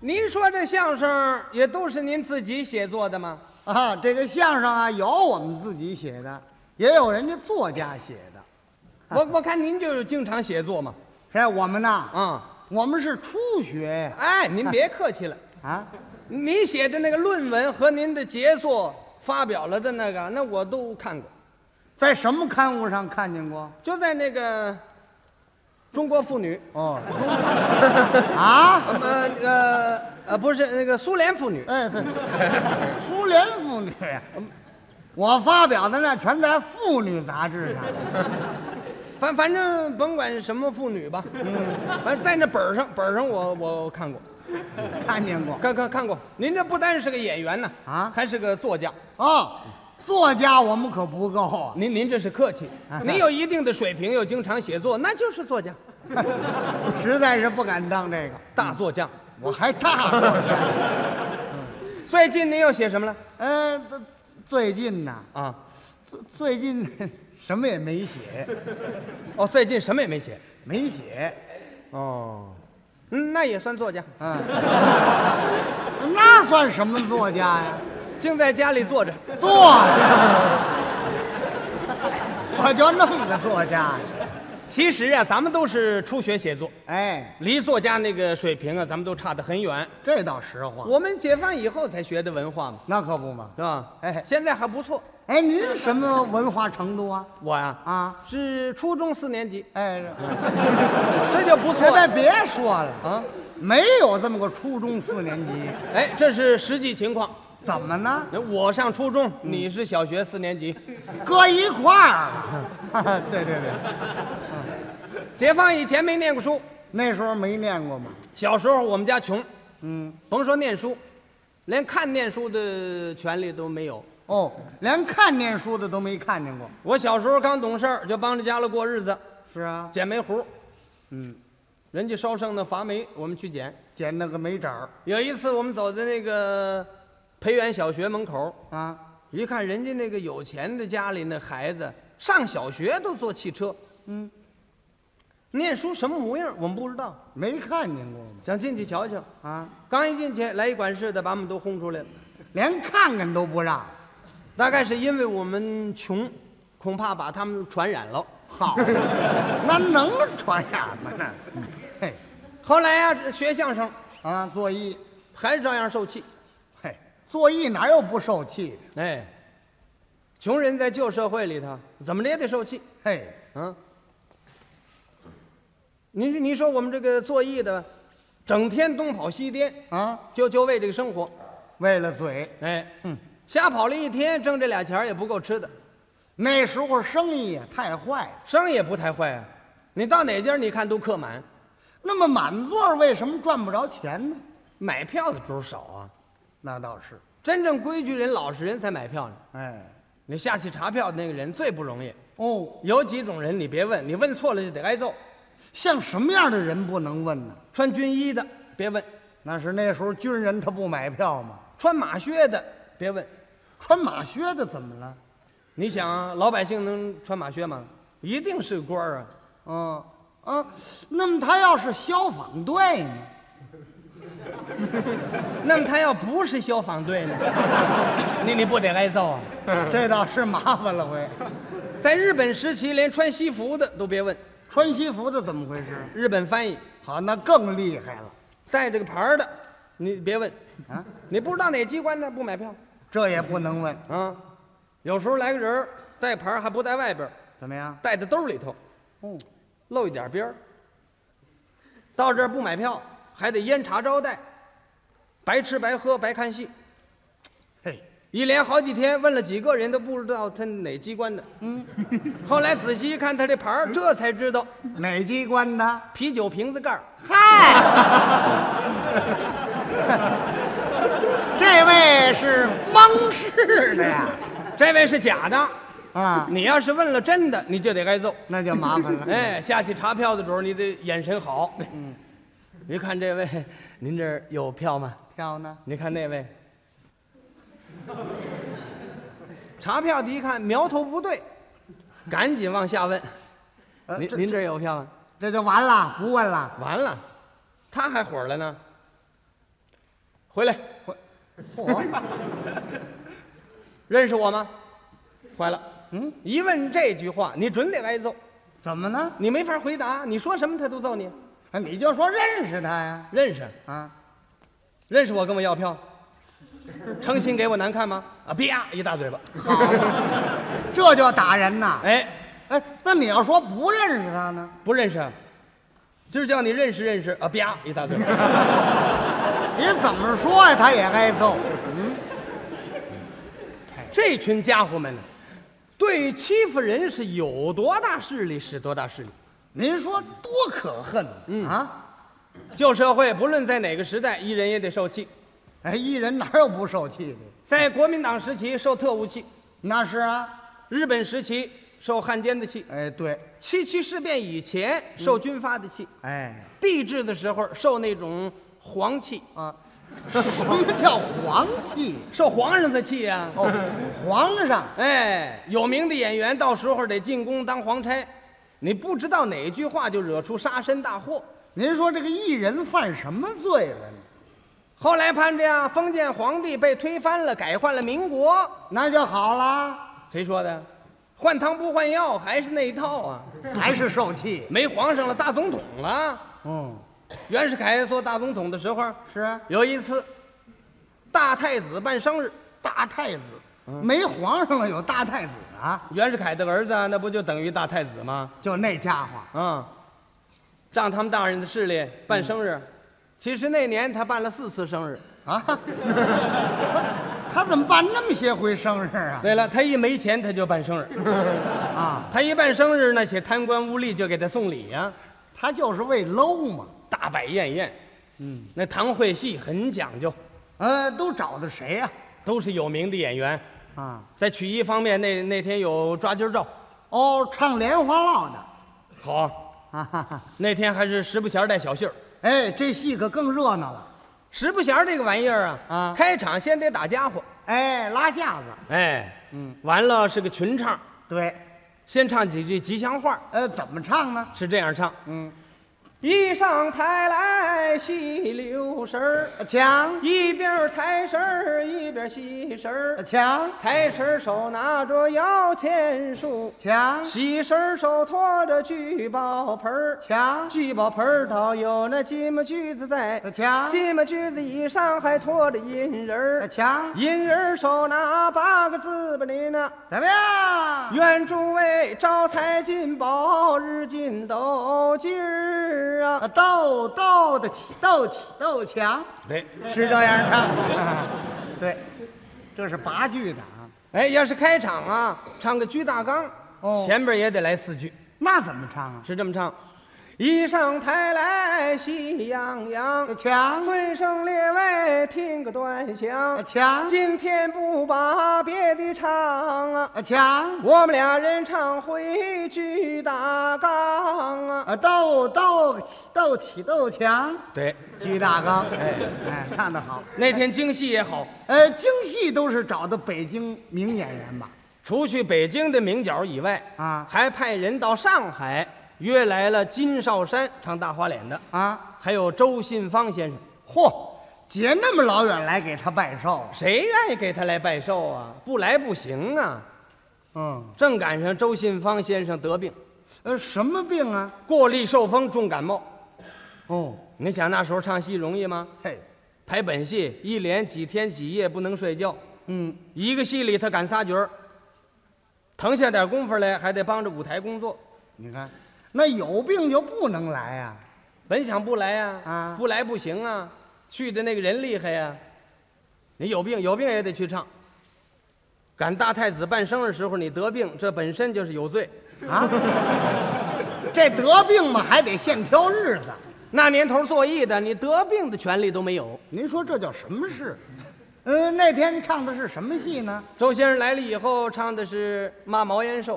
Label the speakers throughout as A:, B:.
A: 您说这相声也都是您自己写作的吗？
B: 啊，这个相声啊，有我们自己写的，也有人家作家写的。
A: 我我看您就是经常写作嘛。
B: 哎，我们呐，
A: 啊、
B: 我们是初学呀、
A: 哎，您别客气了，
B: 啊，
A: 你写的那个论文和您的杰作发表了的那个，那我都看过，
B: 在什么刊物上看见过？
A: 就在那个《中国妇女》
B: 哦， 啊，
A: 呃呃呃，不是那个苏联妇女，
B: 哎，对，苏联妇女，我发表的那全在妇女杂志上。
A: 反反正甭管什么妇女吧，嗯，反正在那本儿上本儿上我我看过，
B: 看见过
A: 看看看过。您这不单是个演员呢，
B: 啊
A: 还是个作家。
B: 哦，作家我们可不够啊！
A: 您您这是客气，您有一定的水平，又经常写作，那就是作家，
B: 啊 实在是不敢当这个，
A: 大作家。
B: 我还大作家。嗯
A: 最近您又写什么了？
B: 呃，最近呢，
A: 啊，
B: 最最近什么也没写，
A: 哦，最近什么也没写。
B: 没写。
A: 哦，嗯，那也算作家，
B: 嗯， 那算什么作家呀？
A: 净在家里坐着。
B: 作家， 我就弄个作家。
A: 其实啊，咱们都是初学写作，
B: 哎，
A: 离作家那个水平啊，咱们都差得很远。
B: 这倒实话，
A: 我们解放以后才学的文化嘛，
B: 那可不嘛。
A: 是吧？
B: 哎
A: 现在还不错。
B: 哎，您什么文化程度啊？
A: 我呀、
B: 啊，
A: 是初中四年级，
B: 哎，
A: 这就不错
B: 现在
A: 了
B: 别说了，
A: 啊。
B: 没有这么个初中四年级，
A: 哎，这是实际情况。
B: 怎么呢？
A: 我上初中，你是小学四年级。
B: 搁一块儿了。 对对对，
A: 解放以前没念过书，
B: 那时候没念过嘛。
A: 小时候我们家穷，
B: 嗯，
A: 甭说念书，连看念书的权利都没有。
B: 哦，连看念书的都没看见过。
A: 我小时候刚懂事儿，就帮着家里过日子，
B: 是啊，
A: 捡煤糊，
B: 嗯，
A: 人家烧剩的伐煤，我们去捡。
B: 捡那个煤渣儿
A: 有一次我们走在那个培元小学门口，
B: 啊，
A: 一看人家那个有钱的家里那孩子上小学都坐汽车，
B: 嗯，
A: 念书什么模样我们不知道，
B: 没看见过嘛。
A: 想进去瞧瞧。
B: 啊，
A: 刚一进去，来一管事的把我们都轰出来了。
B: 连看看都不让。
A: 大概是因为我们穷，恐怕把他们传染了。
B: 好， 那能传染吗？那，嘿，
A: 后来呀、学相声
B: 啊，作揖，
A: 还是照样受气。
B: 嘿，作揖哪有不受气的？
A: 哎，穷人在旧社会里头，怎么着也得受气。
B: 嘿，
A: 啊。您您说我们这个做艺的，整天东跑西颠，
B: 啊，
A: 就就为这个生活，
B: 为了嘴，
A: 哎，
B: 嗯，
A: 瞎跑了一天，挣这俩钱儿也不够吃的，
B: 那时候生意也太坏了。
A: 生意也不太坏啊。你到哪家儿你看都客满，
B: 那么满座儿为什么赚不着钱呢？
A: 买票的主儿少啊。
B: 那倒是，
A: 真正规矩人、老实人才买票呢。
B: 哎，
A: 你下去查票的那个人最不容易，
B: 哦，
A: 有几种人你别问，你问错了就得挨揍。
B: 像什么样的人不能问呢？
A: 穿军衣的别问，
B: 那是那时候军人他不买票嘛，
A: 穿马靴的别问。
B: 穿马靴的怎么了？
A: 你想啊，老百姓能穿马靴吗？一定是官儿啊。
B: 哦，啊，那么他要是消防队呢？
A: 那么他要不是消防队呢？ 你你不得挨揍啊？
B: 这倒是麻烦了回。
A: 在日本时期，连穿西服的都别问，
B: 穿西服的怎么回事？
A: 日本翻译
B: 好，那更厉害了，
A: 带这个牌儿的，你别问
B: 啊，
A: 你不知道哪机关的不买票
B: 这也不能问，
A: 啊。有时候来个人儿带牌儿还不带外边儿，
B: 怎么样？
A: 带在兜里头，
B: 哦，
A: 露一点边儿。到这儿不买票，还得烟茶招待，白吃白喝白看戏，
B: 嘿，
A: 一连好几天问了几个人都不知道他哪机关的。嗯，后来仔细一看他这牌儿，这才知道
B: 哪机关的？
A: 啤酒瓶子盖儿。
B: 嗨， 这位是蒙氏的呀，
A: 这位是假的，
B: 啊，
A: 你要是问了真的，你就得挨揍。
B: 那就麻烦了。
A: 哎，下去查票的时候，你得眼神好。 嗯，您看这位，您这儿有票吗？
B: 票呢？
A: 您看那位，查票的一看苗头不对，赶紧往下问。
B: 呃
A: 您
B: 这
A: 您这儿有票吗？
B: 这就完了，不问了。
A: 完了，他还火了呢。回来，
B: 嚯，
A: 认识我吗？坏了，
B: 嗯，
A: 一问这句话，你准得挨揍，
B: 怎么呢？
A: 你没法回答，你说什么他都揍你。
B: 啊你就说认识他呀？
A: 认识，
B: 啊，
A: 认识我跟我要票，诚心给我难看吗？啊，啪一大嘴巴，
B: 这就打人呐？
A: 哎，
B: 哎，那你要说不认识他呢？
A: 不认识啊，就是叫你认识认识啊，啪一大嘴巴。
B: 你怎么说呀？他也挨揍。
A: 这群家伙们呢，对欺负人是有多大势力是多大势力。
B: 您说多可恨呐啊！
A: 旧社会不论在哪个时代，一人也得受气。
B: 哎，一人哪有不受气的？
A: 在国民党时期受特务气，
B: 那是啊，
A: 日本时期受汉奸的气，
B: 哎，对，
A: 七七事变以前受军阀的气，
B: 哎
A: 帝制的时候受那种皇气，
B: 啊， 什么叫皇气？
A: 受皇上的气呀、
B: 哦，皇上
A: 哎，有名的演员到时候得进宫当皇差，你不知道哪句话就惹出杀身大祸。
B: 您说这个艺人犯什么罪了呢？
A: 后来盼着呀，封建皇帝被推翻了，改换了民国，
B: 那就好啦，
A: 谁说的？换汤不换药，还是那一套啊！
B: 还是受气。
A: 没皇上了，大总统了。
B: 嗯，
A: 袁世凯做大总统的时候，
B: 是啊
A: 有一次，大太子办生日，
B: 大太子，没皇上了，有大太子啊，
A: 袁世凯的儿子啊那不就等于大太子吗？
B: 就那家伙
A: 啊，仗他们大人的势力办生日，其实那年他办了四次生日。
B: 啊，他他怎么办那么些回生日啊？
A: 对了，他一没钱他就办生日，
B: 啊，
A: 他一办生日那些贪官污吏就给他送礼啊呀、
B: 他就是为搂嘛。
A: 大摆宴宴，嗯，那堂会戏很讲究，
B: 呃，都找的谁呀、
A: 都是有名的演员。
B: 啊？
A: 在曲艺方面，那那天有抓阄照，
B: 哦，唱莲花落的，
A: 好啊、
B: 啊哈哈！
A: 那天还是石不弦带小杏儿。
B: 哎，这戏可更热闹了。
A: 石不弦这个玩意儿啊，
B: 啊
A: 开场先得打家伙，
B: 哎，拉架子，
A: 哎，嗯，完了是个群唱，
B: 对，
A: 先唱几句吉祥话，
B: 呃，怎么唱呢？
A: 是这样唱：
B: 嗯，
A: 一上台来细溜神儿，
B: 抢
A: 一边财神儿一边喜神儿，
B: 抢
A: 财神儿手拿着摇钱树，
B: 抢
A: 喜神儿手托着聚宝盆儿，
B: 抢
A: 聚宝盆儿倒有那金木锯子在，
B: 抢
A: 金木锯子以上还托着银人儿。
B: 抢，
A: 银人手拿八个字不离呢，
B: 怎么样？
A: 愿诸位招财进宝，日进斗金儿啊！
B: 啊斗斗的起，斗起斗强，
A: 对，
B: 是这样唱。 对，这是八句的啊。
A: 哎，要是开场啊，唱个居大纲，
B: 哦
A: 前边也得来四句，
B: 那怎么唱啊？
A: 是这么唱：一上台来喜洋
B: 呃
A: 洋，
B: 抢
A: 尊声列位听个端详，
B: 抢
A: 今天不把别的唱啊，
B: 呃抢
A: 我们俩人唱回居大纲啊！
B: 啊！斗斗起，斗起斗强。
A: 对。
B: 鞠大刚，哎哎，唱得好。
A: 那天京戏也好，
B: 呃，京戏都是找的北京名演员吧？
A: 除去北京的名角以外，
B: 啊
A: 还派人到上海约来了金少山唱大花脸的，
B: 啊，
A: 还有周信芳先生。
B: 嚯，姐那么老远来给他拜寿，
A: 谁愿意给他来拜寿啊？不来不行啊！
B: 嗯，
A: 正赶上周信芳先生得病，
B: 呃，什么病啊？
A: 过力受风，重感冒。
B: 哦，
A: 你想那时候唱戏容易吗？
B: 嘿，
A: 排本戏一连几天几夜不能睡觉，
B: 嗯，
A: 一个戏里他赶仨角儿，腾下点功夫来还得帮着舞台工作。
B: 你看，那有病就不能来啊呀、
A: 本想不来呀、
B: 啊
A: 不来不行啊，去的那个人厉害呀、你有病有病也得去唱。赶大太子办生日时候你得病，这本身就是有罪。
B: 啊。这得病嘛，还得现挑日子。
A: 那年头做艺的，你得病的权利都没有。
B: 您说这叫什么事？呃，那天唱的是什么戏呢？
A: 周先生来了以后唱的是《骂毛延寿》，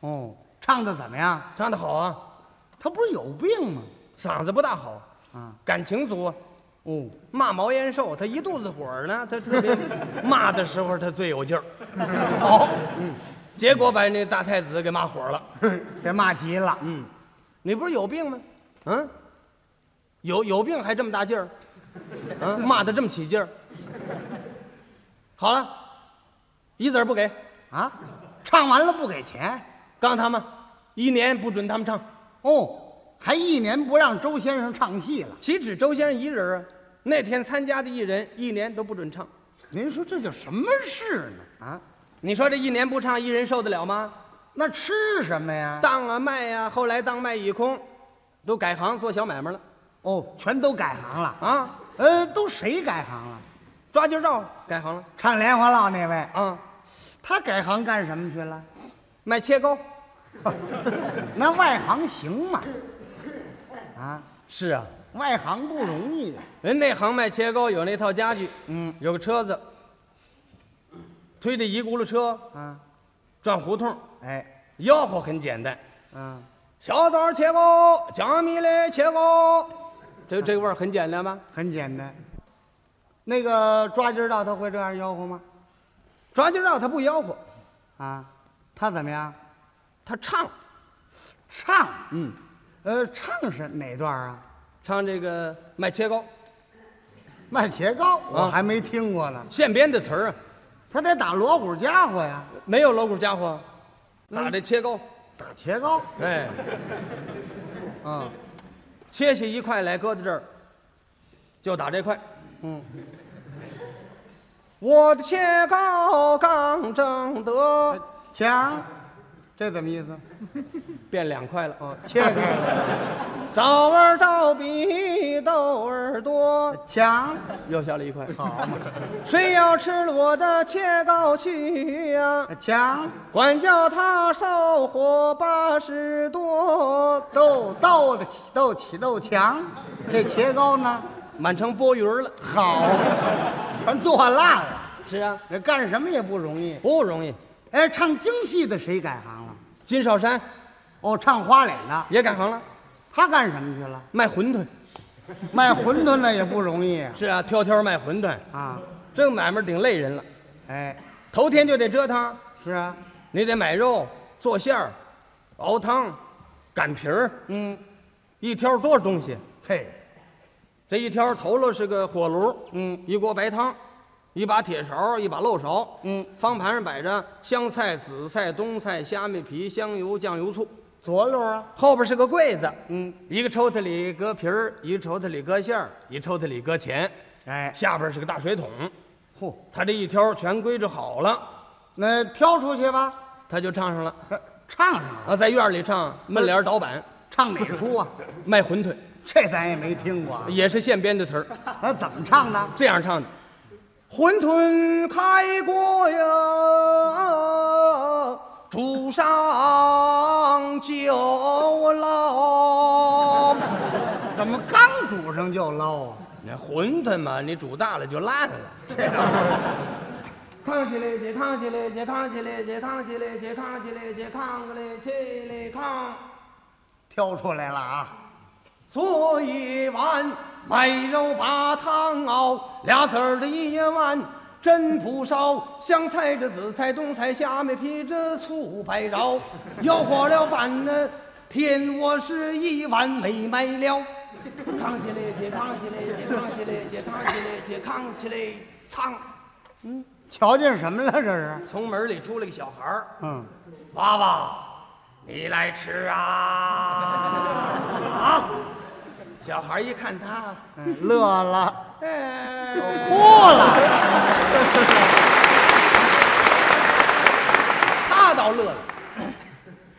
B: 哦，唱的怎么样？
A: 唱得好啊，
B: 他不是有病吗？
A: 嗓子不大好，
B: 啊，
A: 感情足啊。
B: 哦，
A: 骂毛延寿，他一肚子火儿呢，他特别骂的时候他最有劲儿，
B: 好、
A: 结果把那大太子给骂火了。
B: 别骂急了。
A: 你不是有病吗？嗯，有有病还这么大劲儿，啊，骂得这么起劲儿。好了，一子儿不给，
B: 啊，唱完了不给钱
A: 告诉他们，一年不准他们唱，
B: 哦，还一年不让周先生唱戏了。
A: 岂止周先生一人啊？那天参加的艺人一年都不准唱。
B: 您说这叫什么事呢？啊，
A: 你说这一年不唱，艺人受得了吗？
B: 那吃什么呀？
A: 当啊卖呀、后来当卖一空，都改行做小买卖了
B: 哦，全都改行了。
A: 啊，
B: 呃，都谁改行了？
A: 抓阄照改行了
B: 唱莲花落那位，
A: 啊，
B: 他改行干什么去了？
A: 卖切糕。
B: 那外行行吗？啊，
A: 是啊，
B: 外行不容易。
A: 人内行卖切糕有那套家具，
B: 嗯
A: 有个车子，推着一轱辘车
B: 啊，
A: 转胡同，
B: 哎，
A: 吆喝很简单，
B: 啊，
A: 小枣切糕，江米嘞切糕，这这味儿很简单吧？
B: 很简单。那个抓阄道他会这样吆喝吗？
A: 抓阄绕他不吆喝，
B: 啊，他怎么样？
A: 他唱，
B: 唱，
A: 嗯，
B: 呃，唱是哪段啊？
A: 唱这个卖切糕，
B: 卖茄糕，我
A: 啊
B: 还没听过呢。
A: 现编的词儿啊，
B: 他得打锣鼓家伙呀，
A: 没有锣鼓家伙，打这切糕，
B: 打茄糕。
A: 嗯哎，
B: 嗯
A: 切下一块来，搁在这儿，就打这块。
B: 嗯，
A: 我的切糕刚正得
B: 墙，嗯这怎么意思？
A: 变两块了，啊
B: 哦，切开了，
A: 枣儿倒比豆儿多，
B: 墙，
A: 又削了一块。
B: 好嘛，
A: 谁要吃了我的切糕去呀、
B: 墙，
A: 管教他烧火八十多，
B: 豆豆的起豆起豆墙，这茄糕呢？
A: 满城拨云儿了。
B: 好，全做烂了，
A: 是啊，
B: 这干什么也不容易。
A: 不容易。
B: 哎，唱京戏的谁改行了？
A: 金少山
B: 哦，唱花脸的，
A: 也改行了，
B: 他干什么去了？
A: 卖馄饨。
B: 卖馄饨的也不容易啊
A: 是啊，挑挑卖馄饨，
B: 啊。
A: 这个买卖顶累人了。
B: 哎，
A: 头天就得折腾，
B: 是啊，
A: 你得买肉、做馅儿、熬汤、擀皮儿，
B: 嗯，
A: 一挑多少东西？
B: 嘿，
A: 这一挑头了是个火炉，
B: 嗯，
A: 一锅白汤，一把铁勺，一把漏勺，
B: 嗯，
A: 方盘上摆着香菜、紫菜、冬菜、虾米皮、香油、酱油、醋，
B: 佐料啊，
A: 后边是个柜子，
B: 嗯，
A: 一个抽屉里搁皮儿，一个抽屉里搁馅儿，一抽屉里搁钱，
B: 哎，
A: 下边是个大水桶，
B: 嚯，
A: 他这一挑全归置好了，
B: 那挑出去吧，
A: 他就唱上 了
B: 唱上了，
A: 啊，在院里唱门帘儿倒板
B: 唱哪出啊？
A: 卖馄饨，
B: 这咱也没听过啊，
A: 也是现编的词儿。
B: 那怎么唱的？
A: 这样唱的：馄饨开锅呀，煮上酒捞。
B: 怎么刚煮上就捞啊？
A: 那馄饨嘛，你煮大了就烂了。烫起来，解烫起来，解烫起来，解烫起来，解烫起来，解烫起来，起来烫。
B: 挑出来了啊！
A: 做一碗卖肉把汤熬，俩子儿的一碗真不少。香菜这紫菜、冬菜、虾米皮这醋白饶，吆喝了半呢，天我是一碗没卖了。扛起来，姐扛起来，姐扛起来，姐扛起来，姐扛起来，仓。
B: 瞧见什么了？这是？
A: 从门里出来个小孩儿，
B: 嗯，
A: 娃娃，你来吃啊！啊！小孩儿一看他，
B: 哎乐了，
A: 哎。
B: 哭了。
A: 他倒乐了，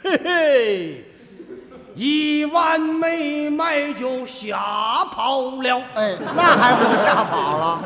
A: 嘿嘿，一碗没卖就吓跑了。
B: 哎，那还不吓跑 了？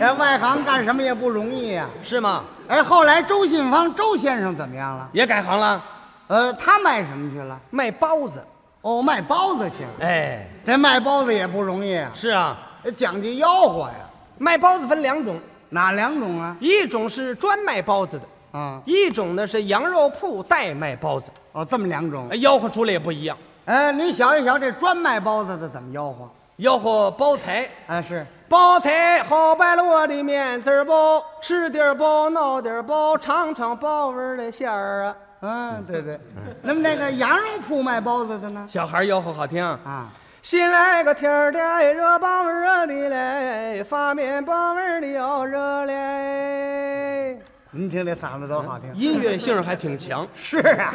B: 这外行干什么也不容易呀、
A: 是吗？
B: 哎，后来周信芳周先生怎么样了？
A: 也改行了，
B: 呃，他卖什么去了？
A: 卖包子。
B: 哦，卖包子去了。
A: 哎，
B: 这卖包子也不容易啊，
A: 是啊，
B: 哎讲究吆喝呀。
A: 卖包子分两种，
B: 哪两种啊？
A: 一种是专卖包子的，
B: 啊，
A: 一种呢是羊肉铺代卖包子，
B: 哦，这么两种
A: 哎。吆喝出来也不一样，
B: 哎，你瞧一瞧这专卖包子的怎么吆喝？
A: 吆喝包菜。
B: 哎，是
A: 包菜好摆了我的面子儿包，吃点儿包，闹点儿包，尝尝包味儿的馅儿啊！
B: 嗯啊，对对。那么那个羊肉铺卖包子的呢？
A: 小孩儿吆喝好听啊
B: 啊，
A: 新来个天儿的哎热棒儿热的嘞，发面棒儿的要热嘞。
B: 您听这嗓子多好听。
A: 音乐性还挺强，
B: 是啊，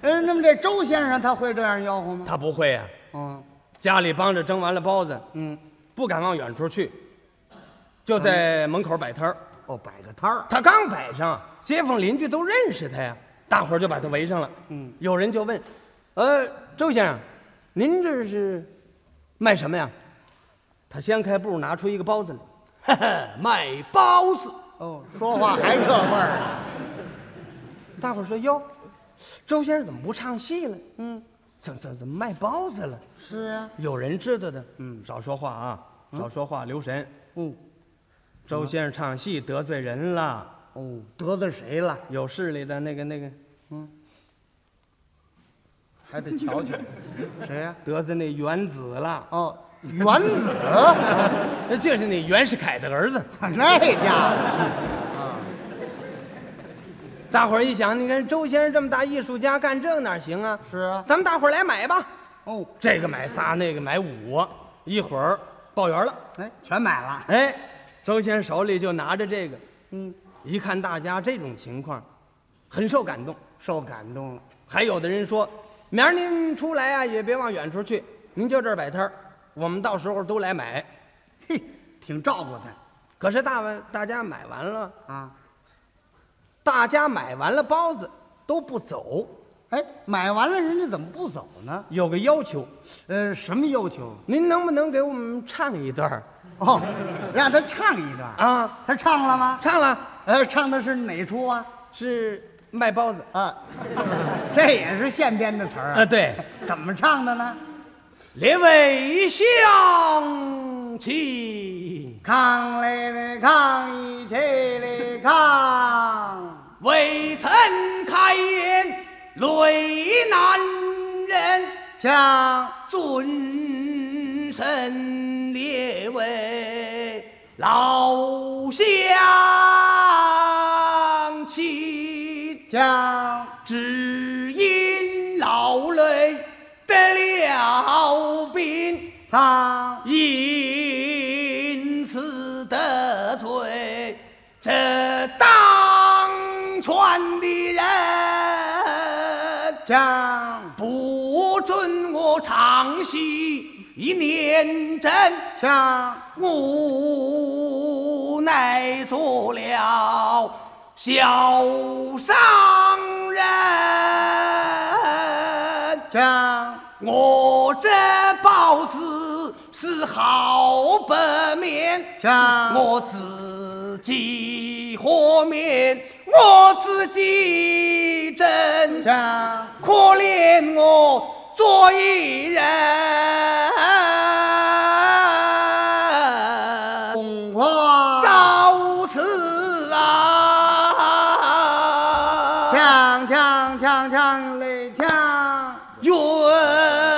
B: 嗯，那么这周先生他会这样吆喝吗？
A: 他不会呀、啊
B: 嗯
A: 家里帮着蒸完了包子，
B: 嗯，
A: 不敢往远处去，就在门口摆摊儿。
B: 哦，摆个摊儿，
A: 他刚摆上，街坊邻居都认识他呀，大伙儿就把他围上了。
B: 嗯，
A: 有人就问：“呃，周先生，您这是卖什么呀？”他掀开布，拿出一个包子来，哈哈，卖包子。
B: 哦，说话还这味儿。
A: 大伙儿说：“哟，周先生怎么不唱戏了？
B: 嗯，
A: 怎怎怎么卖包子了？
B: 是啊，
A: 有人知道的，
B: 嗯
A: 少说话啊，少说话，留神。
B: 嗯，
A: 周先生唱戏得罪人了。”
B: 哦，得罪谁了？
A: 有势力的那个那个
B: 还得瞧瞧，谁啊呀、
A: 得罪那元子了，
B: 哦，原 子，
A: 那就是那袁世凯的儿子。
B: 那家伙，
A: 大伙儿一想，你看周先生这么大艺术家，干这个哪行啊？
B: 是啊
A: 咱们大伙儿来买吧，
B: 哦，
A: 这个买仨，那个买五，一会儿报圆了。
B: 哎，全买了。
A: 哎，周先生手里就拿着这个，
B: 嗯，
A: 一看大家这种情况，很受感动。
B: 受感动了。
A: 还有的人说，明儿您出来啊，也别往远处去，您就这儿摆摊儿，我们到时候都来买。
B: 嘿，挺照顾他
A: 可是大碗大家买完了。
B: 啊！
A: 大家买完了包子都不走，
B: 哎，买完了人家怎么不走呢？
A: 有个要求，
B: 呃，什么要求？
A: 您能不能给我们唱一段儿
B: 哦，让他唱一段啊。
A: 啊？
B: 他唱了吗？
A: 唱了
B: 呃，唱的是哪出啊？
A: 是卖包子，
B: 啊， 这也是现编的词儿
A: 啊，
B: 啊。
A: 对，
B: 怎么唱的呢？
A: 列位乡亲，
B: 抗嘞嘞抗，一起嘞抗。
A: 未曾开言泪难忍，
B: 像
A: 尊身列位老乡亲。
B: 像
A: 只因劳累得了病，
B: 苍
A: 因此得罪这当权的人，
B: 像
A: 不准我唱戏一年真，
B: 像
A: 无奈做了小商人。
B: 像
A: 我这包子是好白面，
B: 像
A: 我自己和面，我自己蒸。
B: 像
A: 可怜我做一人。
B: 红花
A: 遭此啊，
B: 锵锵锵锵嘞锵，
A: 冤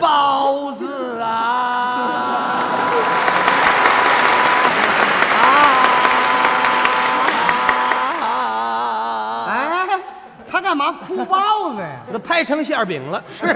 A: 包子啊！啊！
B: 哎，他干嘛哭包子呀？
A: 那拍成馅饼了。
B: 是。